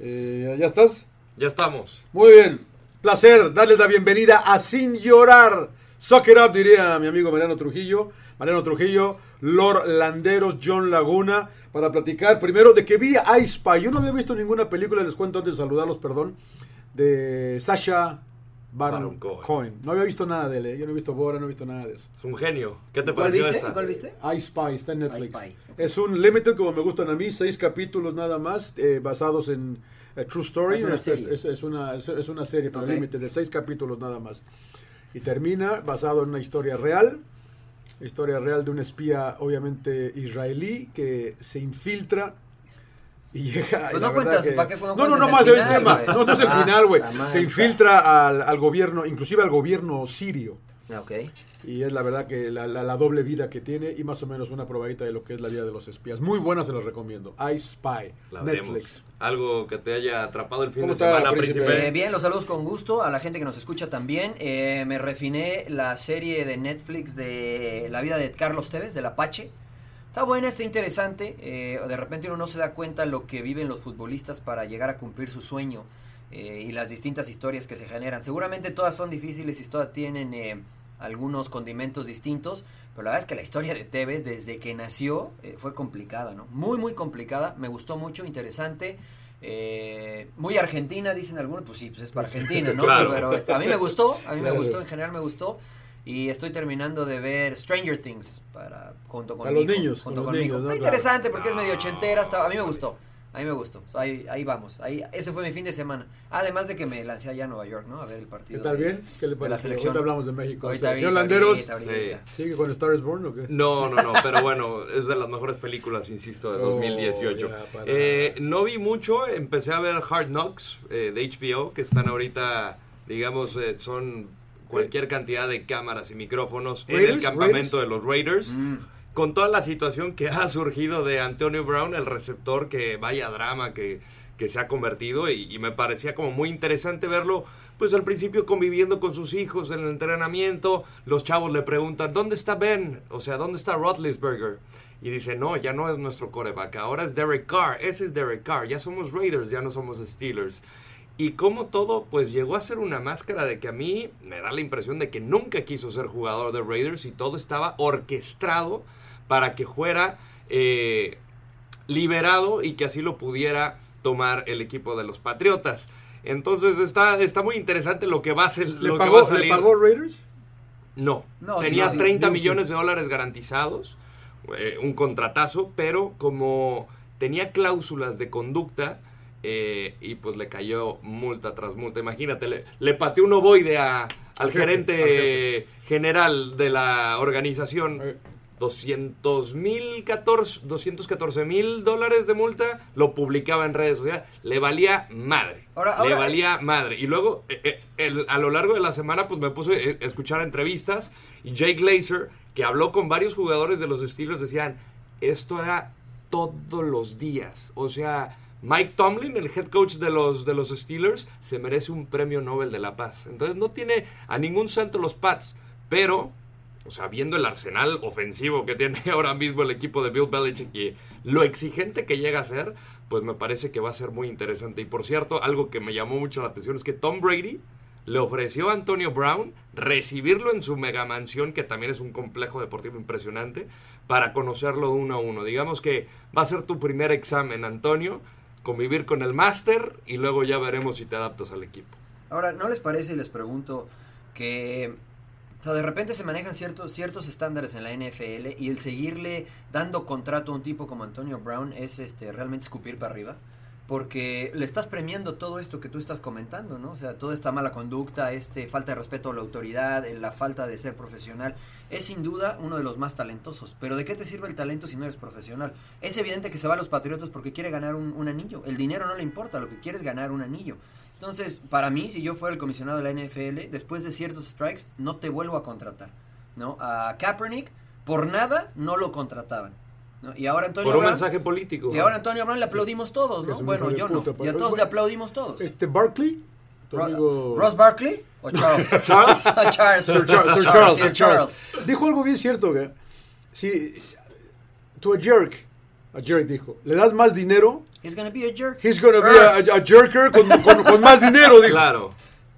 Eh, ¿Ya estás? Ya estamos. Muy bien. Placer darles la bienvenida a Sin Llorar. Suck it up, diría mi amigo Mariano Trujillo. Mariano Trujillo, Lord Landeros, John Laguna, para platicar primero de que vi a Ice Spy. Yo no había visto ninguna película, les cuento antes de saludarlos, perdón, de Sasha Baron, Baron Cohen. Cohen. No había visto nada de él, ¿eh? yo no he visto Bora, no he visto nada de eso. Es un genio. ¿Qué te ¿Cuál pareció viste? esta? ¿Cuál viste? Ice Spy está en Netflix. ¿Este? Ice Spy, ok. Es un limited, como me gustan a mí, seis capítulos nada más, eh, basados en eh, True Story. Es una serie. es- es una, es- es una serie, pero Ok. limited, de seis capítulos nada más. Y termina basado en una historia real, historia real de un espía, obviamente israelí, que se infiltra. Y llega. y Pues la no verdad cuentas, que- ¿para qué no No, no, cuentas no el más del final, tema. güey? No, no es el Ah, final, güey. la Se madre. infiltra al, al gobierno, inclusive al gobierno sirio. Ah, Ok. Y es la verdad que la, la- la doble vida que tiene y más o menos una probadita de lo que es la vida de los espías. Muy buena, se los recomiendo. I Spy, La Netflix. veremos. Algo que te haya atrapado el fin ¿Cómo de está, semana, príncipe? príncipe. Eh, bien, los saludos con gusto a la gente que nos escucha también. Eh, me refiné la serie de Netflix de la vida de Carlos Tevez, del Apache. Está buena, está interesante. eh, de repente uno no se da cuenta lo que viven los futbolistas para llegar a cumplir su sueño eh, y las distintas historias que se generan. Seguramente todas son difíciles y todas tienen eh, algunos condimentos distintos, pero la verdad es que la historia de Tevez desde que nació eh, fue complicada, ¿no? Muy, muy complicada. Me gustó mucho, interesante. eh, muy argentina, dicen algunos, pues sí, pues es para Argentina, ¿no? Claro. Pero este, a mí me gustó, a mí me Claro. gustó, en general me gustó. Y estoy terminando de ver Stranger Things para, junto con Para mi los hijo, niños, Junto con con, los mi niños, hijo. ¿no? Está Claro. interesante porque es medio ochentera. está- a mí me Ah, gustó. A mí me gustó. So, ahí, ahí vamos. Ahí, ese fue mi fin de semana. Además de que me lancé allá a Nueva York, ¿no? A ver el ¿Qué partido. tal de- bien? ¿Qué le de la parece? selección. Ahorita hablamos de México. Señor Ahorita, ahorita, Landeros, ahorita, ahorita. ¿sigue con Star is Born o qué? No, no, no, pero bueno, es de las mejores películas, insisto, de Oh, 2018. ya, para. Eh, no vi mucho, empecé a ver Hard Knocks eh, de HBO, que están ahorita, digamos, eh, son cualquier cantidad de cámaras y micrófonos en el Raiders, campamento de los Raiders. Mm. Con toda la situación que ha surgido de Antonio Brown, el receptor, que vaya drama que, que se ha convertido, y, y me parecía como muy interesante verlo, pues al principio conviviendo con sus hijos en el entrenamiento, los chavos le preguntan, ¿dónde está Ben? O sea, ¿dónde está Roethlisberger? Y dice, no, ya no es nuestro coreback, ahora es Derek Carr, ese es Derek Carr, ya somos Raiders, ya no somos Steelers. Y como todo, pues llegó a ser una máscara de que a mí me da la impresión de que nunca quiso ser jugador de Raiders y todo estaba orquestado para que fuera eh, liberado y que así lo pudiera tomar el equipo de los Patriotas. Entonces está, está muy interesante lo que va a ser. ¿Le lo que va a pagó, ¿Le salir. pagó Raiders? No, No, sí, tenía sí, sí, 30 sí. millones de dólares garantizados, eh, un contratazo, pero como tenía cláusulas de conducta eh, y pues le cayó multa tras multa. Imagínate, le, le pateó un ovoide a- al jefe, gerente al jefe. general de la organización. 200 mil, 14 214 mil dólares de multa, lo publicaba en redes sociales, le valía madre. Ahora- le ahora- valía madre. Y luego, eh, eh, el- a lo largo de la semana, pues me puse eh, a escuchar entrevistas y Jake Glazer, que habló con varios jugadores de los Steelers, decían, esto era todos los días. O sea, Mike Tomlin, el head coach de los, de los Steelers, se merece un premio Nobel de la Paz. Entonces no tiene a ningún santo los Pats, pero o sea, viendo el arsenal ofensivo que tiene ahora mismo el equipo de Bill Belichick y lo exigente que llega a ser, pues me parece que va a ser muy interesante. Y por cierto, algo que me llamó mucho la atención es que Tom Brady le ofreció a Antonio Brown recibirlo en su megamansión, que también es un complejo deportivo impresionante, para conocerlo uno a uno. Digamos que va a ser tu primer examen, Antonio, convivir con el máster y luego ya veremos si te adaptas al equipo. Ahora, ¿no les parece, y les pregunto, que o sea, de repente se manejan ciertos, ciertos estándares en la NFL y el seguirle dando contrato a un tipo como Antonio Brown es este realmente escupir para arriba? Porque le estás premiando todo esto que tú estás comentando, ¿no? O sea, toda esta mala conducta, este falta de respeto a la autoridad, eh, la falta de ser profesional. Es sin duda uno de los más talentosos. Pero ¿de qué te sirve el talento si no eres profesional? Es evidente que se va a los Patriotas porque quiere ganar un, un anillo. El dinero no le importa, lo que quiere es ganar un anillo. Entonces, para mí, si yo fuera el comisionado de la NFL, después de ciertos strikes, no te vuelvo a contratar. ¿no? A Kaepernick, por nada, no lo contrataban. ¿no? Y ahora Antonio Por un Brown- mensaje político. y ahora Antonio Brown le aplaudimos todos, Que ¿no? es un Bueno, hijo de yo no. puta, pero- Y a todos le aplaudimos todos. Este Barkley, tu Ro- amigo- ¿Ross Barkley o Charles? Charles. Ah, Charles. Sir Charles, Sir Charles, Sir Charles. Dijo algo bien cierto, que si to a jerk, A jerk dijo. Le das más dinero, He's gonna be a jerk. he's gonna be a, a- a jerker con, con- con más dinero, dijo. Claro.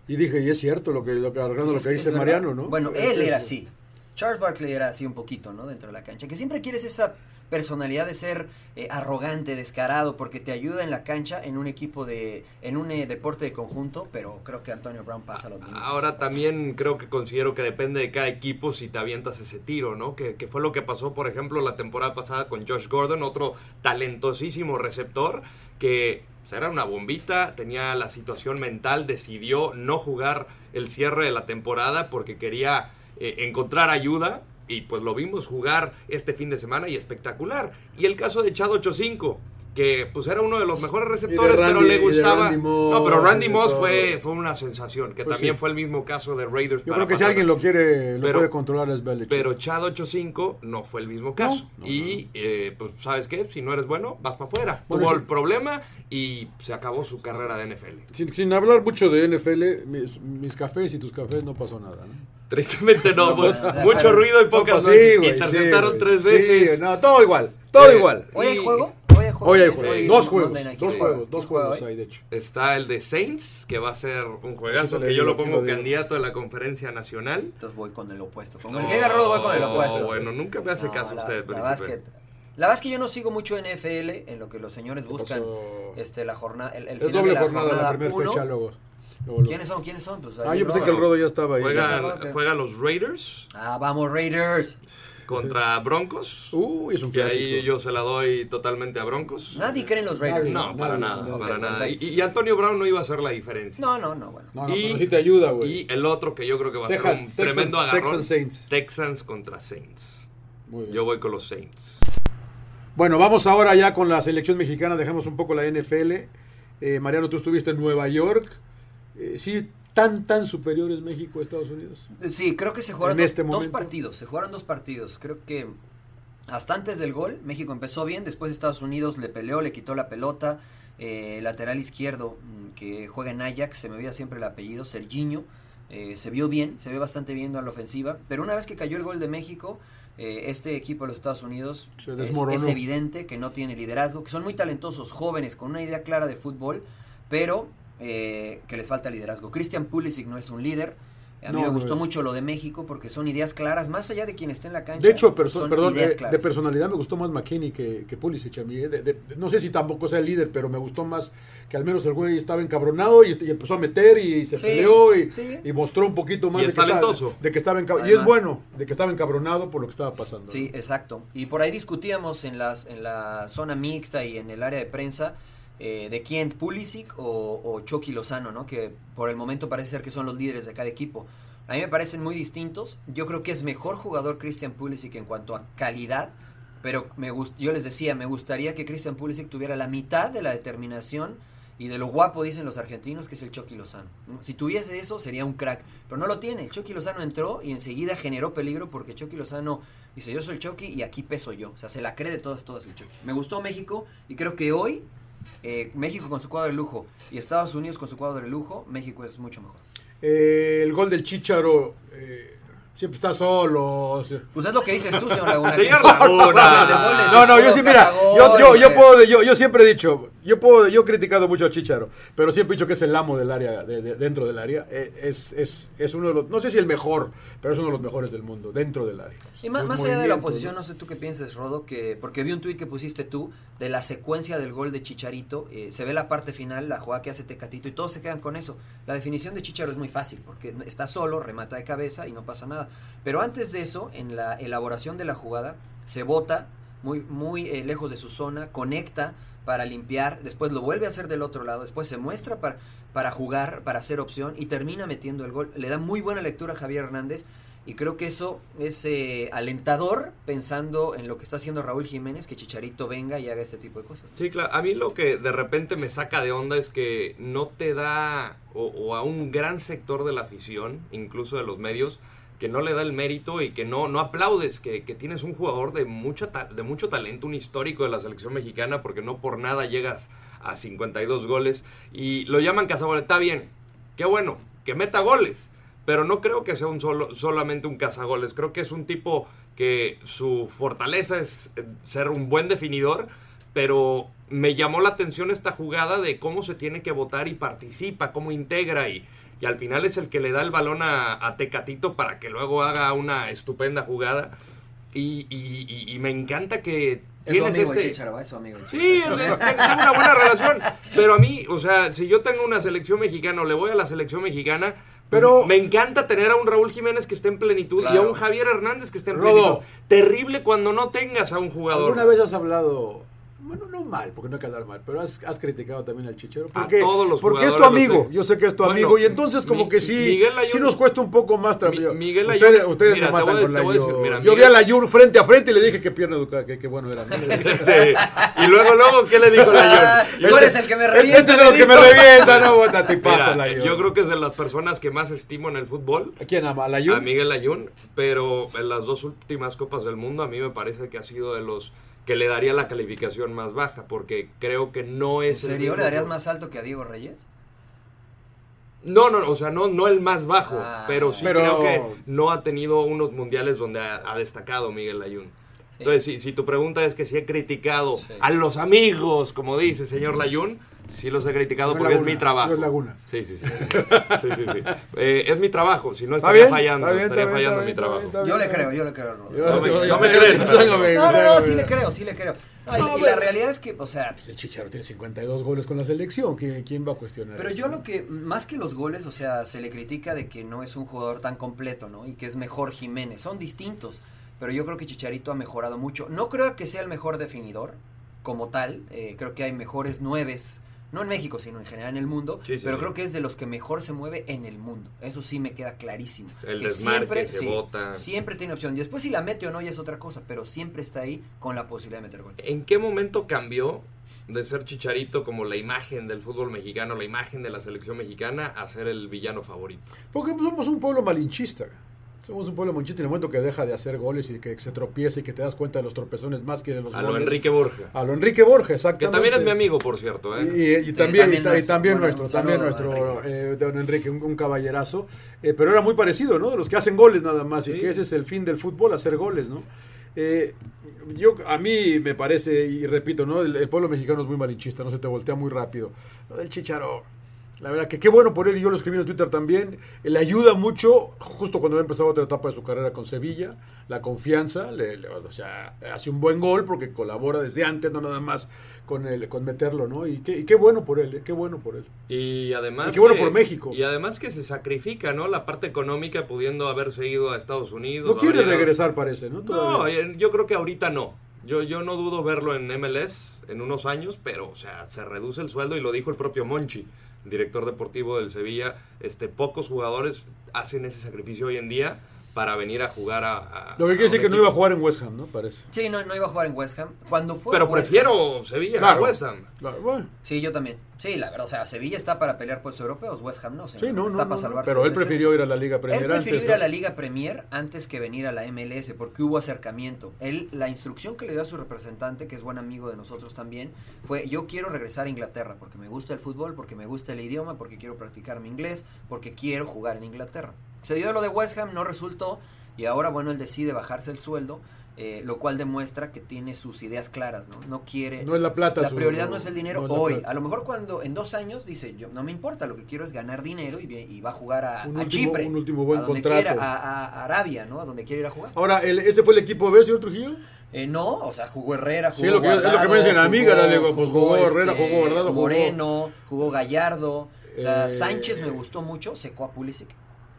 Y dije, y es cierto lo que, lo que, arreglando Pues lo es que que dice es verdad. Mariano, ¿no? Bueno, Es- él era es- así. Charles Barkley era así un poquito, ¿no? Dentro de la cancha. Que siempre quieres esa personalidad de ser eh, arrogante, descarado, porque te ayuda en la cancha, en un equipo de. en un eh, deporte de conjunto, pero creo que Antonio Brown pasa los mismos. Ahora también creo que considero que depende de cada equipo si te avientas ese tiro, ¿no? Que, que fue lo que pasó, por ejemplo, la temporada pasada con Josh Gordon, otro talentosísimo receptor que pues, era una bombita, tenía la situación mental, decidió no jugar el cierre de la temporada porque quería eh, encontrar ayuda y pues lo vimos jugar este fin de semana y espectacular. Y el caso de Chad 85 que pues era uno de los mejores receptores, pero Randy- y le de gustaba. Randy no, pero Moss, Randy y de Moss todo. fue, fue una sensación, que Pues también sí. fue el mismo caso de Raiders. Yo para creo que si Patatas. alguien lo quiere, lo Pero- puede controlar es Belichick. Pero Chad 85 no fue el mismo caso. No, y eh, pues, ¿sabes qué? Si no eres bueno, vas para afuera. Bueno, Tuvo sí. el problema y se acabó su carrera de NFL. sin, sin hablar mucho de NFL, mis, mis cafés y tus cafés no pasó nada, ¿no? Tristemente no, No, pues, pero- mucho ruido y pocas pues Sí, noches. güey, Interceptaron sí, güey, tres sí, veces. no, todo igual, todo Eh, igual. ¿Hoy hay Y- juego? Hoy hay juego. Hoy hay Hoy juegos, eh, dos Monday juegos, Night dos Football. juegos, dos ¿Quién juega juegos hoy? hay, de hecho. Está el de Saints, que va a ser un Aquí te juegazo, lo que yo digo, lo aquí pongo lo digo. candidato de la conferencia nacional. Entonces voy con el opuesto. Con el que haya rodo voy con el No, opuesto. bueno, nunca me hace No, caso la- usted, La príncipe. verdad, es que, la verdad es que yo no sigo mucho NFL, en lo que los señores buscan pasó? este, la jornada, el, el Es final doble de la jornada, la primera uno. fecha luego. luego, luego. ¿Quiénes son? ¿Quiénes son? Pues, Ah, ahí yo pensé rodo. que el Rodo ya estaba ahí. Juega, Ok. juega los Raiders Ah, vamos Raiders. contra Broncos. Uy, es un Que clásico. ahí yo se la doy totalmente a Broncos. Nadie cree en los Raiders. Ah, pues No, para nada, Ok, para nada. Y, perfecto. y Antonio Brown no iba a hacer la diferencia. No, no, no, bueno. No, no, y- pero sí te ayuda, güey. y el otro que yo creo que va a ser Texas- un tremendo Texas- agarrón. Texans Saints. Texans contra Saints. Muy bien. Yo voy con los Saints. Bueno, vamos ahora ya con la selección mexicana, dejamos un poco la NFL. Eh, Mariano, tú estuviste en Nueva York. Eh, sí, tan, tan superior es México a Estados Unidos. Sí, creo que se jugaron En dos, este dos momento. partidos. Se jugaron dos partidos. Creo que hasta antes del gol, México empezó bien. Después Estados Unidos le peleó, le quitó la pelota. Eh, lateral izquierdo mm, que juega en Ajax, se me olvida siempre el apellido, Serginho. eh, se vio bien, se vio bastante bien a la ofensiva. Pero una vez que cayó el gol de México, eh, este equipo de los Estados Unidos Se es, desmoronó. es evidente que no tiene liderazgo, que son muy talentosos, jóvenes, con una idea clara de fútbol, pero eh, que les falta liderazgo. Christian Pulisic no es un líder. A mí No, me no gustó es. mucho lo de México porque son ideas claras, más allá de quien esté en la cancha. De hecho, perso- son perdón, ideas eh, de, claras. personalidad me gustó más McKinney que, que Pulisic a mí. eh. De- de- de- no sé si tampoco sea el líder, pero me gustó más que al menos el güey estaba encabronado y, y empezó a meter y se Sí, peleó y, sí. y mostró un poquito más Y de, es que estaba- talentoso. de que estaba encabronado. Y Además. es bueno, de que estaba encabronado por lo que estaba pasando. Sí, exacto. Y por ahí discutíamos en, las, en la zona mixta y en el área de prensa eh, de quién, Pulisic o, o Chucky Lozano, ¿no? Que por el momento parece ser que son los líderes de cada equipo. A mí me parecen muy distintos. Yo creo que es mejor jugador Christian Pulisic en cuanto a calidad. Pero me gust- yo les decía, me gustaría que Christian Pulisic tuviera la mitad de la determinación y de lo guapo, dicen los argentinos, que es el Chucky Lozano. ¿no? Si tuviese eso, sería un crack. Pero no lo tiene. El Chucky Lozano entró y enseguida generó peligro porque Chucky Lozano dice, yo soy el Chucky y aquí peso yo. O sea, se la cree de todas, todas el Chucky. Me gustó México y creo que hoy eh, México con su cuadro de lujo y Estados Unidos con su cuadro de lujo, México es mucho mejor. Eh, el gol del Chicharo siempre está solo. o sea, Pues es lo que dices tú, señor Laguna. que- Señor Laguna. Te vuelve- No, no, yo sí, mira, yo, yo, yo Cazagol, puedo, yo, yo siempre he dicho, yo puedo, yo he criticado mucho a Chicharo, pero siempre he dicho que es el amo del área, de- de- dentro del área, Eh, es, es, es uno de los, no sé si el mejor, pero es uno de los mejores del mundo, dentro del área. Y más, Los más allá de la movimientos, oposición, ¿no? no sé tú qué piensas, Rodo, que porque vi un tuit que pusiste tú de la secuencia del gol de Chicharito. eh, se ve la parte final, la jugada que hace Tecatito y todos se quedan con eso. La definición de Chicharo es muy fácil porque está solo, remata de cabeza y no pasa nada. Pero antes de eso, en la elaboración de la jugada, se bota muy, muy eh, lejos de su zona, conecta para limpiar, después lo vuelve a hacer del otro lado, después se muestra para, para jugar, para hacer opción y termina metiendo el gol. Le da muy buena lectura a Javier Hernández y creo que eso es eh, alentador pensando en lo que está haciendo Raúl Jiménez, que Chicharito venga y haga este tipo de cosas. Sí, claro. A mí lo que de repente me saca de onda es que no te da, o, o a un gran sector de la afición, incluso de los medios, que no le da el mérito y que no, no aplaudes que, que tienes un jugador de, mucha ta- de mucho talento, un histórico de la selección mexicana, porque no por nada llegas a 52 goles y lo llaman Cazagol. Está bien, qué bueno, que meta goles. Pero no creo que sea un solo, solamente un cazagoles. Creo que es un tipo que su fortaleza es eh, ser un buen definidor pero me llamó la atención esta jugada de cómo se tiene que votar y participa, cómo integra y, y al final es el que le da el balón a, a Tecatito para que luego haga una estupenda jugada. Y, y- y- y me encanta que Es su tienes amigo el este... Chicharo, ¿va? Es su amigo el Chicharo. Sí, es- es- tengo una buena relación. Pero a mí, o sea, si yo tengo una selección mexicana o le voy a la selección mexicana, Pero- pero me encanta tener a un Raúl Jiménez que esté en plenitud y a Claro. un Javier Hernández que esté en Rodo. plenitud. Terrible cuando no tengas a un jugador. Alguna vez has hablado, bueno, no mal, porque no hay que hablar mal, pero has, has criticado también al Chichero. A Porque, todos los porque es tu jugadores, amigo, lo sé. yo sé que es tu Bueno, amigo, y entonces como Mi- que sí, Miguel Ayun- sí nos cuesta un poco más Mi- trabajo. Miguel Ayun- ustedes, ustedes mira, me te matan voy a- con la te voy a Ayun. decir, mira, Yo vi Miguel- a la Yun frente a frente y le dije que pierna educada, que, que bueno era. Sí. Y luego, luego, ¿qué le dijo la John? Tú eres el que me revienta, Este es de los que me Benito. revienta, no, bueno, te pasa la Mira, Yun. yo creo que es de las personas que más estimo en el fútbol. ¿A quién ama? ¿A la A Yun? Miguel Ayun, pero en las dos últimas Copas del Mundo a mí me parece que ha sido de los que le daría la calificación más baja, porque creo que no ¿En es... el serio? mismo ¿Le darías ju- más alto que a Diego Reyes? No, no, o sea, no, no el más bajo, Ah. pero sí Pero- creo que no ha tenido unos mundiales donde ha, ha destacado Miguel Layún. Entonces, si, si tu pregunta es que si he criticado Sí. a los amigos, como dice señor Layún, sí los he criticado Señor porque Laguna, es mi trabajo. señor Laguna. Sí, sí, sí. sí, sí. Sí, sí, sí. Eh, es mi trabajo, si no Está estaría bien, fallando, está bien, estaría está bien, está fallando mi bien, trabajo. está bien, Yo le está creo, bien. yo le creo. Rodo. Yo- No me- yo- no me yo- crees, yo- pero- yo- yo- No, no, yo- no, yo- sí le creo, sí le creo. No, y- No, y pero- la realidad es que, o sea, Pues el Chicharo tiene 52 goles con la selección, ¿qui- ¿quién va a cuestionar Pero eso, yo no? lo que, más que los goles, o sea, se le critica de que no es un jugador tan completo, ¿no? Y que es mejor Jiménez. Son distintos. Pero yo creo que Chicharito ha mejorado mucho. No creo que sea el mejor definidor como tal. eh, creo que hay mejores nueves, no en México, sino en general en el mundo. Sí, sí, pero sí. creo que es de los que mejor se mueve en el mundo. Eso sí me queda clarísimo. El que desmarque, se bota. Siempre tiene opción. Después si la mete o no ya es otra cosa, pero siempre está ahí con la posibilidad de meter gol. ¿En qué momento cambió de ser Chicharito como la imagen del fútbol mexicano, la imagen de la selección mexicana, a ser el villano favorito? Porque somos un pueblo malinchista. Somos un pueblo malinchista en el momento que deja de hacer goles y que se tropieza y que te das cuenta de los tropezones más que de los A goles. lo Enrique Borja. A lo Enrique Borges, Que exactamente. también es mi amigo, por cierto. ¿eh? Y, y también, y también ta- y nuestro. también Bueno, nuestro, un también saludo, nuestro Enrique. eh, don Enrique, un, un caballerazo. Eh, pero era muy parecido, ¿no? De los que hacen goles nada más y Sí. que ese es el fin del fútbol, hacer goles, ¿no? Eh, yo, a mí me parece, y repito, ¿no? El, el pueblo mexicano es muy malinchista, no se te voltea muy rápido. Lo del Chicharo, la verdad que qué bueno por él, y yo lo escribí en el Twitter también. eh, Le ayuda mucho, justo cuando había empezado otra etapa de su carrera con Sevilla, la confianza, le- le- o sea, hace un buen gol porque colabora desde antes, no nada más con, el, con meterlo, ¿no? Y qué, y qué bueno por él, eh, qué bueno por él. Y además. Y qué bueno por México. Y además que se sacrifica, ¿no? La parte económica pudiendo haberse ido a Estados Unidos. No quiere haber llegado- regresar, parece, ¿no? No, Todavía. eh, yo creo que ahorita no. Yo, yo no dudo verlo en MLS en unos años, pero o sea, se reduce el sueldo y lo dijo el propio Monchi, el director deportivo del Sevilla. Este, pocos jugadores hacen ese sacrificio hoy en día para venir a jugar a... a- Lo que a quiere decir un que no iba a equipo. jugar en West Ham, ¿no? Parece. Sí, no, no iba a jugar en West Ham. Cuando fue Pero West Ham- prefiero Sevilla, a Claro. West Ham. Claro, bueno. Sí, yo también. Sí, la verdad, o sea, Sevilla está para pelear puestos europeos, West Ham no, señor. Sí, no, está no, para no, no, salvarse. Pero él del descenso. prefirió ir a la Liga Premier Él prefirió antes, ir ¿no? a la Liga Premier antes que venir a la MLS porque hubo acercamiento. Él, la instrucción que le dio a su representante, que es buen amigo de nosotros también, fue yo quiero regresar a Inglaterra porque me gusta el fútbol, porque me gusta el idioma, porque quiero practicar mi inglés, porque quiero jugar en Inglaterra. Se dio lo de West Ham, no resultó y ahora bueno, él decide bajarse el sueldo. eh, lo cual demuestra que tiene sus ideas claras, ¿no? No quiere... No es la plata La su- prioridad no es el dinero no es la hoy. plata. A lo mejor cuando en dos años dice, yo no me importa, lo que quiero es ganar dinero y, vi- y va a jugar a, Un a último- Chipre. un último buen a donde contrato. quiera, a, a Arabia, ¿no? A donde quiere ir a jugar. Ahora, el- ¿ese fue el equipo B, señor Trujillo? Eh, no, o sea, jugó Herrera, jugó Sí, lo que- es lo que me Guardado, dicen a mí, jugó- Garale, pues, jugó Herrera, jugó Guardado, jugó- Moreno, jugó Gallardo. O sea, Eh, Sánchez me gustó mucho, secó a Pulisic.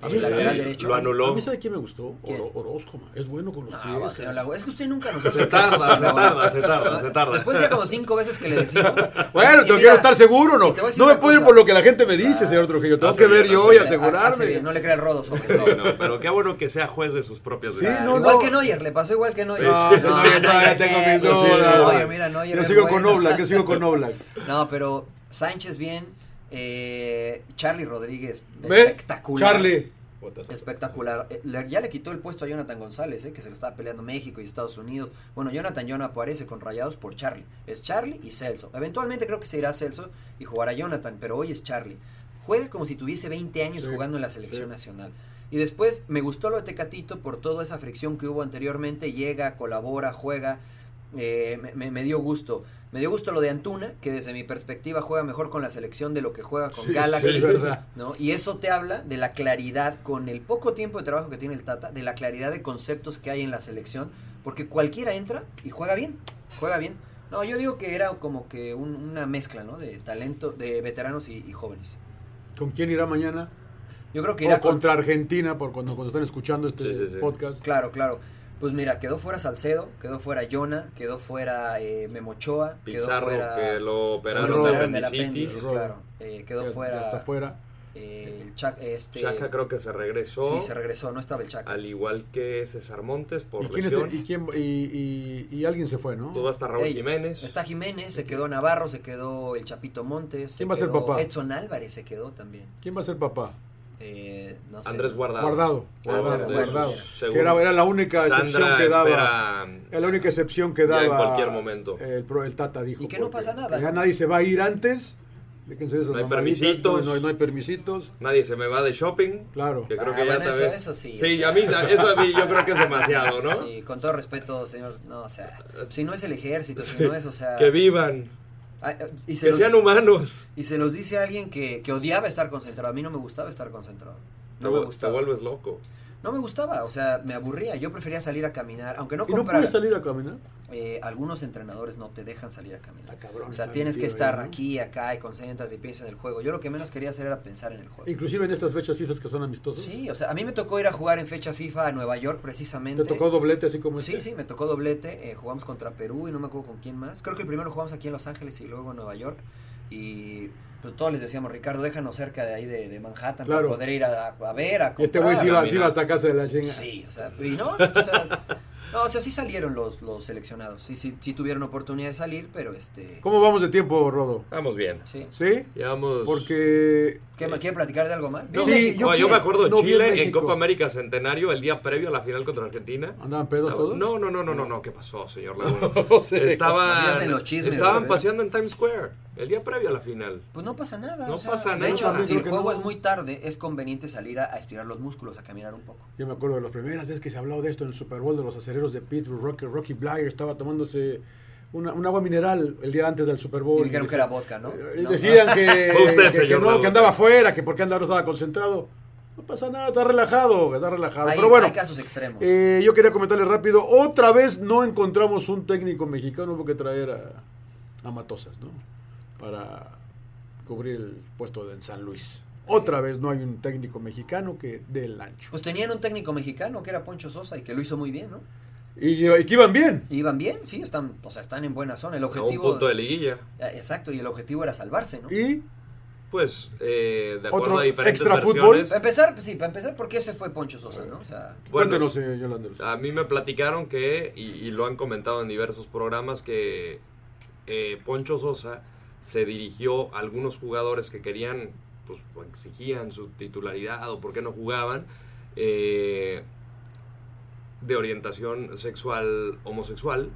A el mí- a lateral mí- derecho. lo anuló. ¿A mí sabe quién me gustó? ¿Quién? Oro- Orozco, man. es bueno con los No, pies. señor Lago, es que usted nunca nos Se hace tarda, caso, se Lago. tarda, se tarda, se tarda. Después ya como cinco veces que le decimos. Bueno, Y tengo mira, que estar seguro, y ¿no? te voy a decir No me una puedo ir cosa. por lo que la gente me dice, Claro. señor Trujillo. Tengo Hace que ver bien, yo y hace bien. Hace bien, asegurarme. no le crea el rodo sobre No, todo. no, pero qué bueno que sea juez de sus propias Sí, decisiones. no, Igual no. que Neuer, le pasó igual que Neuer. No, Sí, sí, no, no, yo todavía Neuer, tengo mis sí, Neuer, mira, dudas. Neuer Yo es sigo bueno. con Oblak, yo sigo con Oblak. No, pero Sánchez bien, eh, Charlie Rodríguez, ¿Ve? espectacular. Charlie. Espectacular. Eh, le- ya le quitó el puesto a Jonathan González, eh, que se lo estaba peleando México y Estados Unidos. Bueno, Jonathan ya no aparece con rayados por Charlie. Es Charlie y Celso. Eventualmente creo que se irá Celso y jugará Jonathan, pero hoy es Charlie. Juega como si tuviese 20 años Sí, jugando en la selección sí. nacional. Y después me gustó lo de Tecatito por toda esa fricción que hubo anteriormente. Llega, colabora, juega. Eh, me, me- me dio gusto. Me dio gusto lo de Antuna, que desde mi perspectiva juega mejor con la selección de lo que juega con Sí, Galaxy. sí, es verdad. ¿no? Y eso te habla de la claridad, con el poco tiempo de trabajo que tiene el Tata, de la claridad de conceptos que hay en la selección, porque cualquiera entra y juega bien, juega bien. No, yo digo que era como que un- una mezcla, ¿no? De talento, de veteranos y, y jóvenes. ¿Con quién irá mañana? Yo creo que O era contra Argentina, por cuando, cuando están escuchando este Sí, sí, sí. podcast. Claro, claro. Pues mira, quedó fuera Salcedo, quedó fuera Jonah, quedó fuera eh, Memochoa, Pizarro, quedó fuera... que lo lo operaron de operaron del apéndice, apendicitis. Rob. claro. Eh, quedó Ya- fuera, ya está fuera. eh, el Chac- este, Chaca creo que se regresó. sí, se regresó, no estaba el Chaca. Al igual que César Montes por ¿Y, quién es el- lesión. Pues y, quién- y- y- y alguien se fue, ¿no? Todo hasta Raúl Ey, Jiménez. Está Jiménez, se quedó Navarro, se quedó el Chapito Montes, se ¿Quién va a ser quedó papá? Edson Álvarez se quedó también. ¿Quién va a ser papá? Eh, no sé. Andrés Guardado. Guardado. Guardado, Guardado, de Guardado. Que esos, era, pues, según era la única excepción Sandra que daba. espera, Es la única excepción que Ya daba. en cualquier momento. El, pro- el Tata dijo. Y que no porque pasa nada. Ya nadie se va a ir antes. Déjense de esas No hay mamaditas, permisitos. No, no hay- no hay permisitos. Nadie se me va de shopping. Claro. Que creo Ah, que ya bueno, eso- también- eso Sí, sí, o sea. a mí, eso a mí yo creo que es demasiado, ¿no? Sí, con todo respeto, señor, no, o sea, Eh, si no es el ejército, si no es, o sea... Que vivan. Ah, eh, y se Que los- sean humanos. Y se los dice a alguien que, que odiaba estar concentrado. A mí no me gustaba estar concentrado. No Te- me Te gustaba. vuelves loco. No me gustaba, o sea, me aburría. Yo prefería salir a caminar, aunque no y no comprara. puedes salir a caminar. Eh, algunos entrenadores no te dejan salir a caminar. Ah, cabrón, o sea, está ¿eh? tienes que metido estar ahí, ¿no? aquí, acá y concéntrate y piensa en el juego. Yo lo que menos quería hacer era pensar en el juego. Inclusive en estas fechas fijas que son amistosas. Sí, o sea, a mí me tocó ir a jugar en fecha FIFA a Nueva York precisamente. ¿Te tocó doblete así como Sí, este? sí, me tocó doblete. eh, jugamos contra Perú y no me acuerdo con quién más. Creo que el primero jugamos aquí en Los Ángeles y luego en Nueva York. Y pues, todos les decíamos, Ricardo, déjanos cerca de ahí de, de Manhattan Claro. para poder ir a, a ver, a Y este güey sí iba, comprar". sí iba hasta casa de la chinga. Sí, o sea, y no, o sea, no, o sea, sí salieron los, los seleccionados. Sí, sí, sí tuvieron oportunidad de salir, pero este. ¿Cómo vamos de tiempo, Rodo? Vamos bien. Sí. ¿Sí? Llevamos. Porque ¿Qué, me quiere platicar de algo más? No, Bien, sí, yo, México. yo yo quiero- me acuerdo de no, bien Chile en México. Copa América Centenario el día previo a la final contra Argentina. andaban pedos Estaba- todos. No, no, no, no, no, no, ¿qué pasó, señor Laguna? No Estaban, digas en los chismes, estaban güey. paseando en Times Square el día previo a la final. Pues no pasa nada. No o sea, pasa De nada. hecho, Yo si el creo que juego no. es muy tarde, es conveniente salir a, a estirar los músculos, a caminar un poco. Yo me acuerdo de las primeras veces que se habló de esto en el Super Bowl de los acereros de Pittsburgh. Rocky, Rocky Blyer estaba tomándose una, un agua mineral el día antes del Super Bowl. Y dijeron que era vodka, ¿no? Eh, No, decían no. que, Fue usted, que- que señor no, Raúl. que andaba afuera, que porque andaba no estaba concentrado. No pasa nada, está relajado, está relajado. Hay, Pero bueno, hay casos extremos. eh, yo quería comentarles rápido. Otra vez no encontramos un técnico mexicano, hubo que traer a, a Matosas, ¿no? Para cubrir el puesto de en San Luis. Otra vez no hay un técnico mexicano que dé el ancho. Pues tenían un técnico mexicano que era Poncho Sosa y que lo hizo muy bien, ¿no? Y, yo- y que iban bien. Y iban bien, sí, están, o sea, están en buena zona. El A un objetivo. punto de liguilla. Ah, Exacto, y el objetivo era salvarse, ¿no? Y Pues, eh, de acuerdo Otro a diferentes extra fútbol. versiones. Para empezar, sí, para empezar, ¿por qué se fue Poncho Sosa, no? O sea, Bueno, cuéntenos, eh, Yolanda. A mí me platicaron que, y, y lo han comentado en diversos programas, que eh, Poncho Sosa se dirigió a algunos jugadores que querían, pues o exigían su titularidad o por qué no jugaban, eh, de orientación sexual homosexual,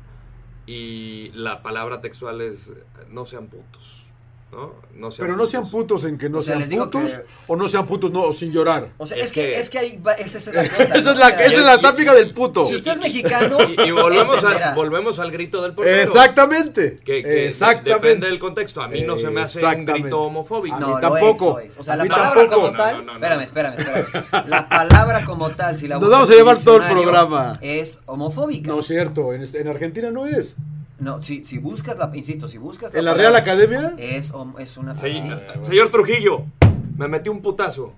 y la palabra textual es eh, no sean putos, ¿no? No sean Pero no sean putos en que no O sea, sean les digo putos que- o no sean putos no, o sin llorar. o sea Es es, que, que- es que ahí va- esa es la cosa. ¿no? Esa es O la, sea, esa es la táctica del puto. Si usted es mexicano, Y, y volvemos, entenderá. al, volvemos al grito del portero. Exactamente. Que, que de- Exactamente. depende del contexto. A mí no se me hace un Exactamente. grito A homofóbico. mí Ah, no, tampoco. Lo es, lo es. O sea, A la mí palabra tampoco. como No, tal. no, no, no. espérame, espérame, espérame. La palabra como tal, si la Nos buscas vamos a en llevar todo el diccionario, programa. Es homofóbica. No es cierto, en, este- en Argentina no es. No, si, si buscas la, insisto, si buscas En la Real palabra, Academia, es, hom- es una Sí, sí. eh, Señor Trujillo, me metí un putazo.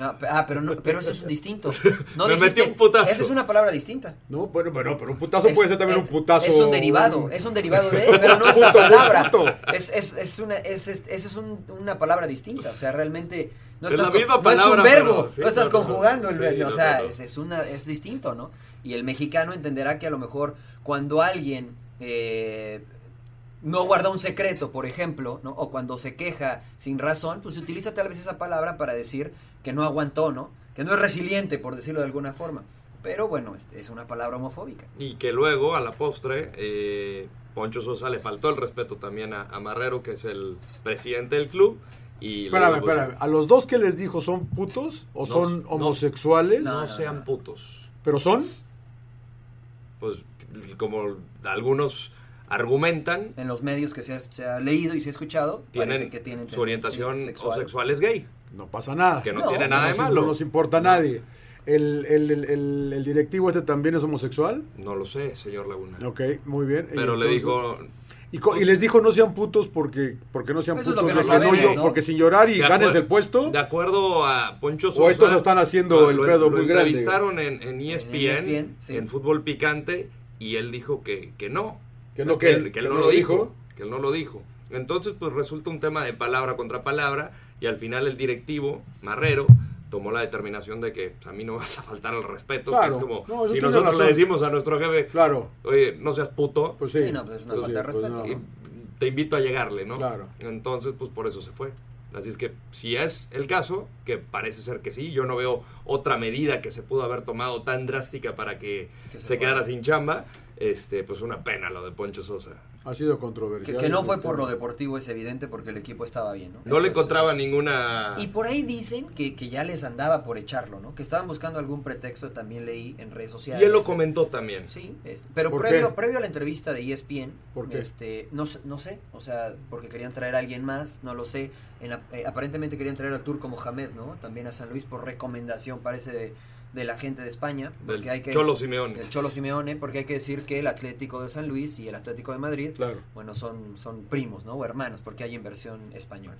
No, pe- ah, pero no, pero eso es distinto. No Me metí dijiste- un putazo. Esa es una palabra distinta. no, bueno, pero, pero un putazo Es- puede ser también eh, un putazo. Es un derivado, es un derivado de, pero no es la Puto, palabra. puto. Es, es, es una, es, es- eso es un- una palabra distinta, o sea, realmente no Es estás la misma no palabra, es un verbo, pero sí, no estás no, no, no. conjugando el Sí, verbo, no, o sea, no, no. Es, es una, es distinto, ¿no? Y el mexicano entenderá que a lo mejor cuando alguien eh, no guarda un secreto, por ejemplo, ¿no? o cuando se queja sin razón, pues se utiliza tal vez esa palabra para decir que no aguantó, ¿no? Que no es resiliente, por decirlo de alguna forma. Pero bueno, este, es una palabra homofóbica. Y que luego, a la postre, eh, Poncho Sosa le faltó el respeto también a, a Marrero, que es el presidente del club. Y le Espérame, dijo, pues, espérame. A los dos que les dijo son putos o No, son no. homosexuales, No, No, no, sean no. putos. pero son. Pues, como algunos argumentan, En los medios que se ha, se ha leído y se ha escuchado, tienen, parece que tienen su orientación tendencia o sexual es gay. No pasa nada. Que no, No, tiene No nada de nos- malo. No nos importa a nadie. El, el- el- el- el directivo este también es homosexual. No lo sé, señor Laguna. Ok, muy bien. Y Pero le entonces- digo, Y, co- y les dijo no sean putos porque, porque no sean Eso es lo putos. que no de que sabemos, yo- ¿no? Porque sin llorar y De ganes acuer- el puesto. de acuerdo a Poncho Sosa. O estos están haciendo ah, el lo- pedo lo muy grande. entrevistaron en, E en ESPN, en, ESPN, sí. Fútbol Picante, y él dijo que, que no. Que O sea, no, él, que él no, lo dijo, Que él no lo dijo. Entonces, pues resulta un tema de palabra contra palabra, y al final el directivo, Marrero, tomó la determinación de que pues, a mí no vas a faltar el respeto. que Claro. es como, No, eso si tiene nosotros razón. le decimos a nuestro jefe, Claro, oye, no seas puto, pues sí. Sí, no, pues es una Pues falta de pues respeto, no. y te invito a llegarle, ¿no? Claro. Entonces, pues por eso se fue. Así es que si es el caso, que parece ser que sí, yo no veo otra medida que se pudo haber tomado tan drástica para que, Que se, se fuera. quedara sin chamba, este, pues una pena lo de Poncho Sosa. Ha sido Que, controversial. que no fue por lo de deportivo, es evidente, porque el equipo estaba bien, ¿no? No Eso le es- encontraba es- ninguna... Y por ahí dicen que, que ya les andaba por echarlo, ¿no? Que estaban buscando algún pretexto, también leí en redes sociales. Y él lo comentó también. Sí, este, pero ¿Por previo, qué? previo a la entrevista de E ESPN, ¿Por qué? Este, no, sé- no sé, o sea, porque querían traer a alguien más, no lo sé. En la- eh, aparentemente querían traer al Turco Mohamed, ¿no? También a San Luis por recomendación, parece, de, de la gente de España. Del porque hay que- Cholo Simeone. del Cholo Simeone, porque hay que decir que el Atlético de San Luis y el Atlético de Madrid, Claro. bueno, son, son primos, ¿no? O hermanos, porque hay inversión española.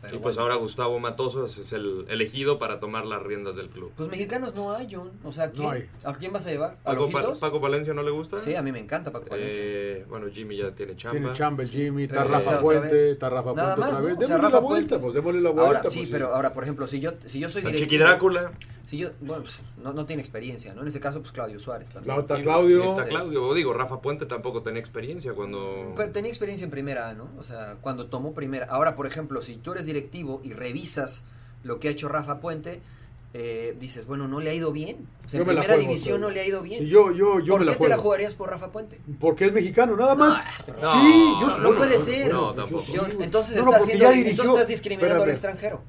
Pero y pues bueno. ahora Gustavo Matosas es el elegido para tomar las riendas del club. Pues mexicanos no hay, John. O sea, ¿a quién, No hay. ¿a quién vas a llevar? ¿A Paco, Pa- Ojitos? Paco Palencia no le gusta. Sí, a mí me encanta Paco Palencia. Eh, bueno, Jimmy ya tiene chamba. Tiene chamba el Jimmy, está Regresa Rafa otra Fuente, vez. está Rafa Nada Fuente más, otra ¿no? vez. O sea, démosle la Rafa vuelta, Fuentes. pues démosle la vuelta. Ahora, pues, sí, pero ahora, por ejemplo, si yo, si yo soy Está directivo... Chiqui Drácula. Si yo, bueno, pues, no, no tiene experiencia, ¿no? En este caso, pues Claudio Suárez también. Claudio- Está Y Claudio. Está Claudio. Digo, Rafa Puente tampoco tenía experiencia cuando. Pero tenía experiencia en primera, A, ¿no? O sea, cuando tomó primera. Ahora, por ejemplo, si tú eres directivo y revisas lo que ha hecho Rafa Puente, eh, dices, bueno, no le ha ido bien. O sea, Yo en me la primera juego, división Claudio. no le ha ido bien. Sí, yo, yo, yo me la ¿Por qué te la juego. jugarías por Rafa Puente? Porque es mexicano, nada más. No, sí, yo no, no yo- puede yo- ser. No, yo- tampoco. sí, Yo- güey. entonces, No, no, estás porque siendo- ya dirigió. entonces estás discriminando al Espérame. extranjero.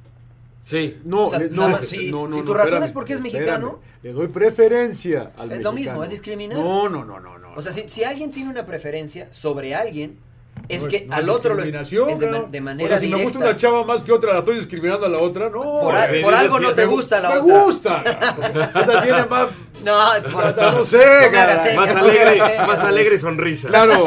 Sí. No, O sea, le- nada no, más, si- no, no, si no, tu razón espérame, es porque es espérame. mexicano- le doy preferencia al Es mexicano. lo mismo, es discriminar. No, no, no, no, no. O sea, si, si alguien tiene una preferencia sobre alguien, es No que no al otro lo es, discriminación, es de, claro. man- de O sea, manera si me directa. gusta una chava más que otra, la estoy discriminando a la otra. No. por, a- Sí, por algo sí, no sí, te me gu- gusta la me otra. gusta. O sea, tiene más. No, por No sé, me hagas caray. señas, Más no me alegre, hagas señas. más alegre sonrisa. Claro.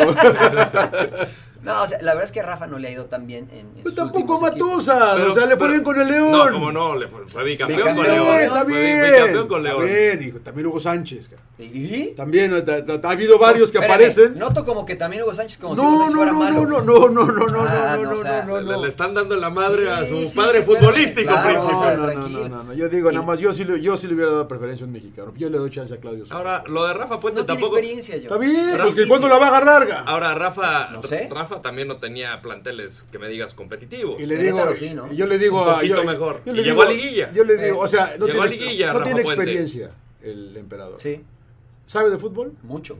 No, o sea, la verdad es que a Rafa no le ha ido tan bien en, en Pues sus tampoco últimos equipos. Matusa. Pero- o sea, le pero- ponen con el León. No, como no, le fue, fue bicampeón con Está León. Bicampeón, bien, Fue Está bien. bicampeón con León. Está bien, hijo. También Hugo Sánchez. cara. ¿Y? También eh, ta- ta- ta- ha habido varios que Espérame, aparecen. Noto como que también Hugo Sánchez como No, si Hugo no, Sánchez no, fuera no, malo. no, no, no, no, no, Ah, no, no, o sea, no, Le, no, le no. están dando la madre a Sí, su sí, padre sí, pero- futbolístico. claro. príncipe. No, no, no, tranquilo. no, no, no. Yo digo, Y- nada más, yo sí, le, yo sí le hubiera dado preferencia a un mexicano. Yo le doy chance a Claudio. Sánchez. Ahora, lo de Rafa Puente No tiene tampoco. experiencia yo. Ah, Está bien, Pero porque difícil. ¿cuándo la va a agarrar? ga? Ahora, Rafa, No sé. Rafa también no tenía planteles que me digas competitivos. Y le digo, Querétaro sí, ¿no? yo le digo Un a. poquito Yo, mejor. yo le Y llegó digo- a liguilla. Yo le digo, Eh, o sea, no llegó tiene, a liguilla, no Rafa tiene Puente. experiencia el emperador. Sí, ¿Sabe de fútbol? mucho.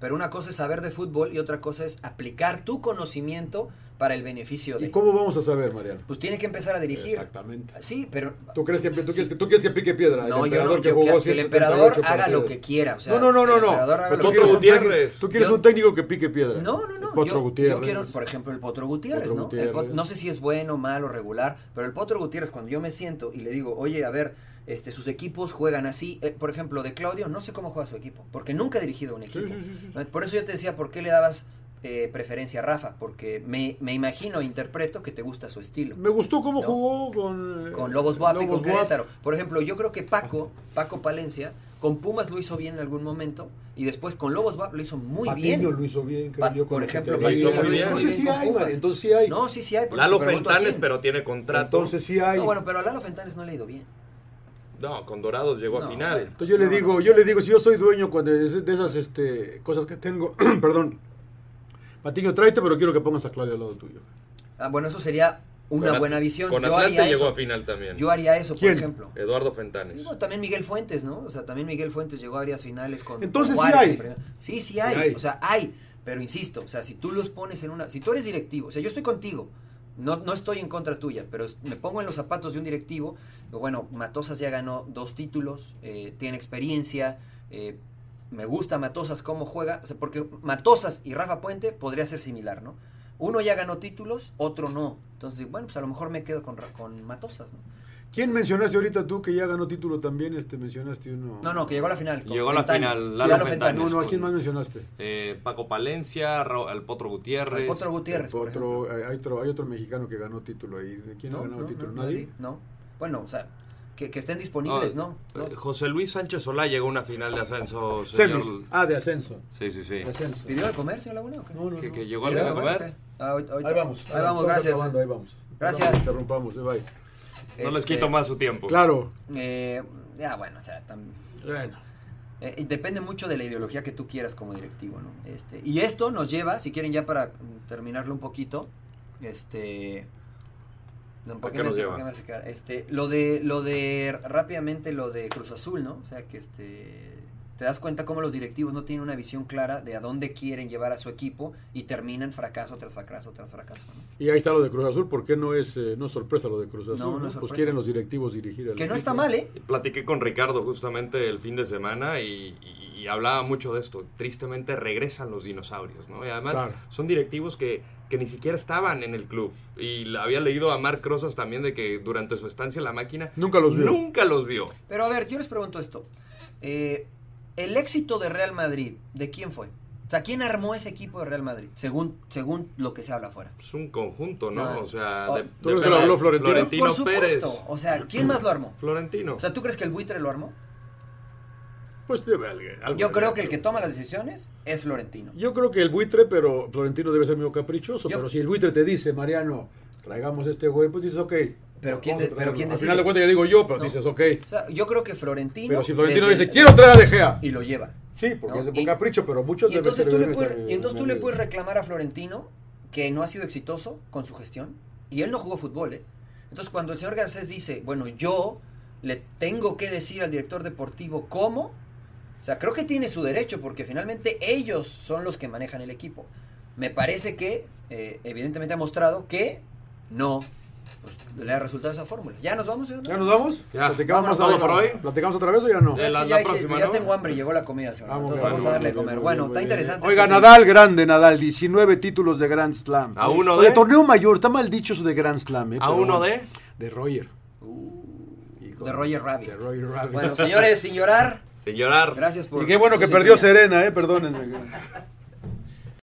Pero una cosa es saber de fútbol y otra cosa es aplicar tu conocimiento para el beneficio ¿Y de. cómo vamos a saber, Mariano? Pues tiene que empezar a dirigir. Exactamente. Sí, pero ¿Tú crees que, tú quieres, que- tú quieres que pique piedra? No, el yo emperador no, yo jugó que, que el 178 emperador haga partidos. lo que quiera. O sea, no, no, no, que no. el no. emperador haga Pero lo tú Potro que quieres un quiera. Gutiérrez. técnico- Tú quieres Yo- un técnico que pique piedra. No, no, no. Potro yo, Gutiérrez. yo quiero, por ejemplo, el Potro Gutiérrez, Potro ¿no? El Pot- Gutiérrez. no sé si es bueno, malo, regular, pero el Potro Gutiérrez, cuando yo me siento y le digo, oye, a ver, este, sus equipos juegan así. eh, por ejemplo, de Claudio, no sé cómo juega su equipo, porque nunca ha dirigido un equipo. Eh, sí, sí, sí, Por eso yo te decía, ¿por qué le dabas eh, preferencia a Rafa? Porque me, me imagino, e interpreto que te gusta su estilo. Me gustó cómo No. jugó con... eh, Con Lobos Guap y Lobos con Guap. Querétaro. Por ejemplo, yo creo que Paco, Paco Palencia, con Pumas lo hizo bien en algún momento y después con Lobos Guap lo hizo muy Patiño bien. lo hizo bien, creo Pa- yo, con por ejemplo, Querétaro. Patiño lo hizo muy Entonces sí bien hay, con Mariano, Pumas. entonces sí hay. No, sí, sí hay. por eso Lalo te pregunto a Fentanes, quién. pero tiene contrato. Entonces sí hay. No, Ah, bueno, pero a Lalo Fentanes no le ha ido bien. No, con Dorados llegó a No, final. bueno. Entonces yo le No, no, digo, no. yo le digo, si yo soy dueño cuando de, de esas este, cosas que tengo, perdón, Patiño, tráete, pero quiero que pongas a Claudio al lado tuyo. Ah, bueno, eso sería una Con At- buena visión. Con yo, Atlante haría llegó a eso. final también. yo haría eso, ¿Quién? por ejemplo. Eduardo Fentanes. Digo, también Miguel Fuentes, ¿no? O sea, también Miguel Fuentes llegó a varias finales con. Entonces, con sí Juárez hay. en primera. Sí, sí hay. Sí hay. O sea, hay. Pero insisto, o sea, si tú los pones en una. Si tú eres directivo, o sea, yo estoy contigo. No, no estoy en contra tuya, pero es- me pongo en los zapatos de un directivo. digo, Bueno, Matosas ya ganó dos títulos, eh, tiene experiencia. eh, me gusta Matosas cómo juega, o sea, porque Matosas y Rafa Puente podría ser similar, ¿no? Uno ya ganó títulos, otro no. Entonces, bueno, pues a lo mejor me quedo con, Ra- con Matosas, ¿no? ¿Quién mencionaste ahorita tú que ya ganó título también? Este, mencionaste uno. No, no, que llegó a la final. con Llegó a la Fentanes. final, Lalo Lalo Fentanes. No, Fentanes. no, ¿a quién más mencionaste? Eh, Paco Palencia, Ra- el Potro Gutiérrez. Al Potro Gutiérrez. por ejemplo. Otro, eh, hay, hay otro, hay otro mexicano que ganó título ahí. ¿Quién ha ganado título? ¿Nadie? No. Bueno, o sea, que, que estén disponibles, ¿no? eh, No. José Luis Sánchez Solá llegó a una final de ascenso. señor. Semis. Ah, de ascenso. Sí, sí, sí. De ascenso. ¿Pidió al comercio la una o qué? No, no, no. Que, que llegó ¿Pidió alguien a de comer. ok. Ah, ahorita- ahorita. Ahí vamos. Ahí vamos, Estamos gracias. acabando, ahí vamos. Gracias. No interrumpamos, eh, bye. No les Este, quito más su tiempo. Claro. Eh, ya, bueno, o sea, también. Bueno. Eh, y depende mucho de la ideología que tú quieras como directivo, ¿no? Este, y esto nos lleva, si quieren ya para mm, terminarlo un poquito, este... no, ¿por ¿A qué qué me nos hace- lleva? por qué me hace quedar? Este, lo de, lo de, rápidamente, lo de Cruz Azul, ¿no? O sea, que este... Te das cuenta cómo los directivos no tienen una visión clara de a dónde quieren llevar a su equipo y terminan fracaso tras fracaso tras fracaso, ¿no? Y ahí está lo de Cruz Azul. ¿Por qué no es, eh, no es sorpresa lo de Cruz Azul? No, no es Pues sorpresa. quieren los directivos dirigir al Que no equipo. está mal, ¿eh? Platiqué con Ricardo justamente el fin de semana y, y- y hablaba mucho de esto. Tristemente regresan los dinosaurios, ¿no? Y además Claro. son directivos que, que ni siquiera estaban en el club. Y la- había leído a Marc Rosas también de que durante su estancia en la máquina Nunca los vio. Nunca los vio. Pero a ver, yo les pregunto esto. Eh, el éxito de Real Madrid, ¿de quién fue? O sea, ¿quién armó ese equipo de Real Madrid? Según, según lo que se habla afuera. Es pues, un conjunto, ¿no? Ah. O sea, Oh. de, ¿Tú crees de- que lo habló Florentino? Florentino Por supuesto. Pérez. O sea, ¿quién más lo armó? Florentino. O sea, ¿tú crees que el buitre lo armó? Pues debe alguien- algo Yo de creo algo. que el que toma las decisiones es Florentino. Yo creo que el buitre, pero Florentino debe ser medio caprichoso. Yo- Pero si el buitre te dice, Mariano, traigamos este güey, pues dices, ok. Pero vamos ¿quién a de- traerlo. pero quién Al decide? final de cuentas ya digo yo, pero No. dices, ok. O sea, yo creo que Florentino. Pero si Florentino desde- dice, quiero traer a De Gea. Y lo lleva. Sí, porque ¿no? es por Y- capricho, pero muchos Y deben entonces ser- tú le deben puedes, ser- y entonces tú le deben- puedes reclamar a Florentino que no ha sido exitoso con su gestión. Y él no jugó fútbol, ¿eh? Entonces cuando el señor Garcés dice, bueno, yo le tengo que decir al director deportivo cómo, o sea, creo que tiene su derecho porque finalmente ellos son los que manejan el equipo. Me parece que, eh, evidentemente ha mostrado que no pues, le ha resultado esa fórmula. Ya nos vamos, señor? ¿Ya nos vamos? Ya. ¿Platicamos, Vámonos, otra vámonos. vez, por hoy. ¿Platicamos otra vez o ya no? Sí, Es que la- ya, la hay que- próxima, ya ¿no? tengo hambre, llegó la comida, señor. Vamos, Entonces bien, vamos muy a darle de bien, comer. muy bien, Bueno, está muy bien. interesante. Oiga, este Nadal grande, Nadal, 19 títulos de Grand Slam. A uno O de de- torneo mayor, está mal dicho eso de Grand Slam. eh, a pero uno bueno. de. De Roger. De Roger Rabbit. De Roger Rabbit. Bueno, señores, sin llorar, Sin llorar. gracias por. y qué bueno su que perdió sintonía. Serena, eh, perdónenme.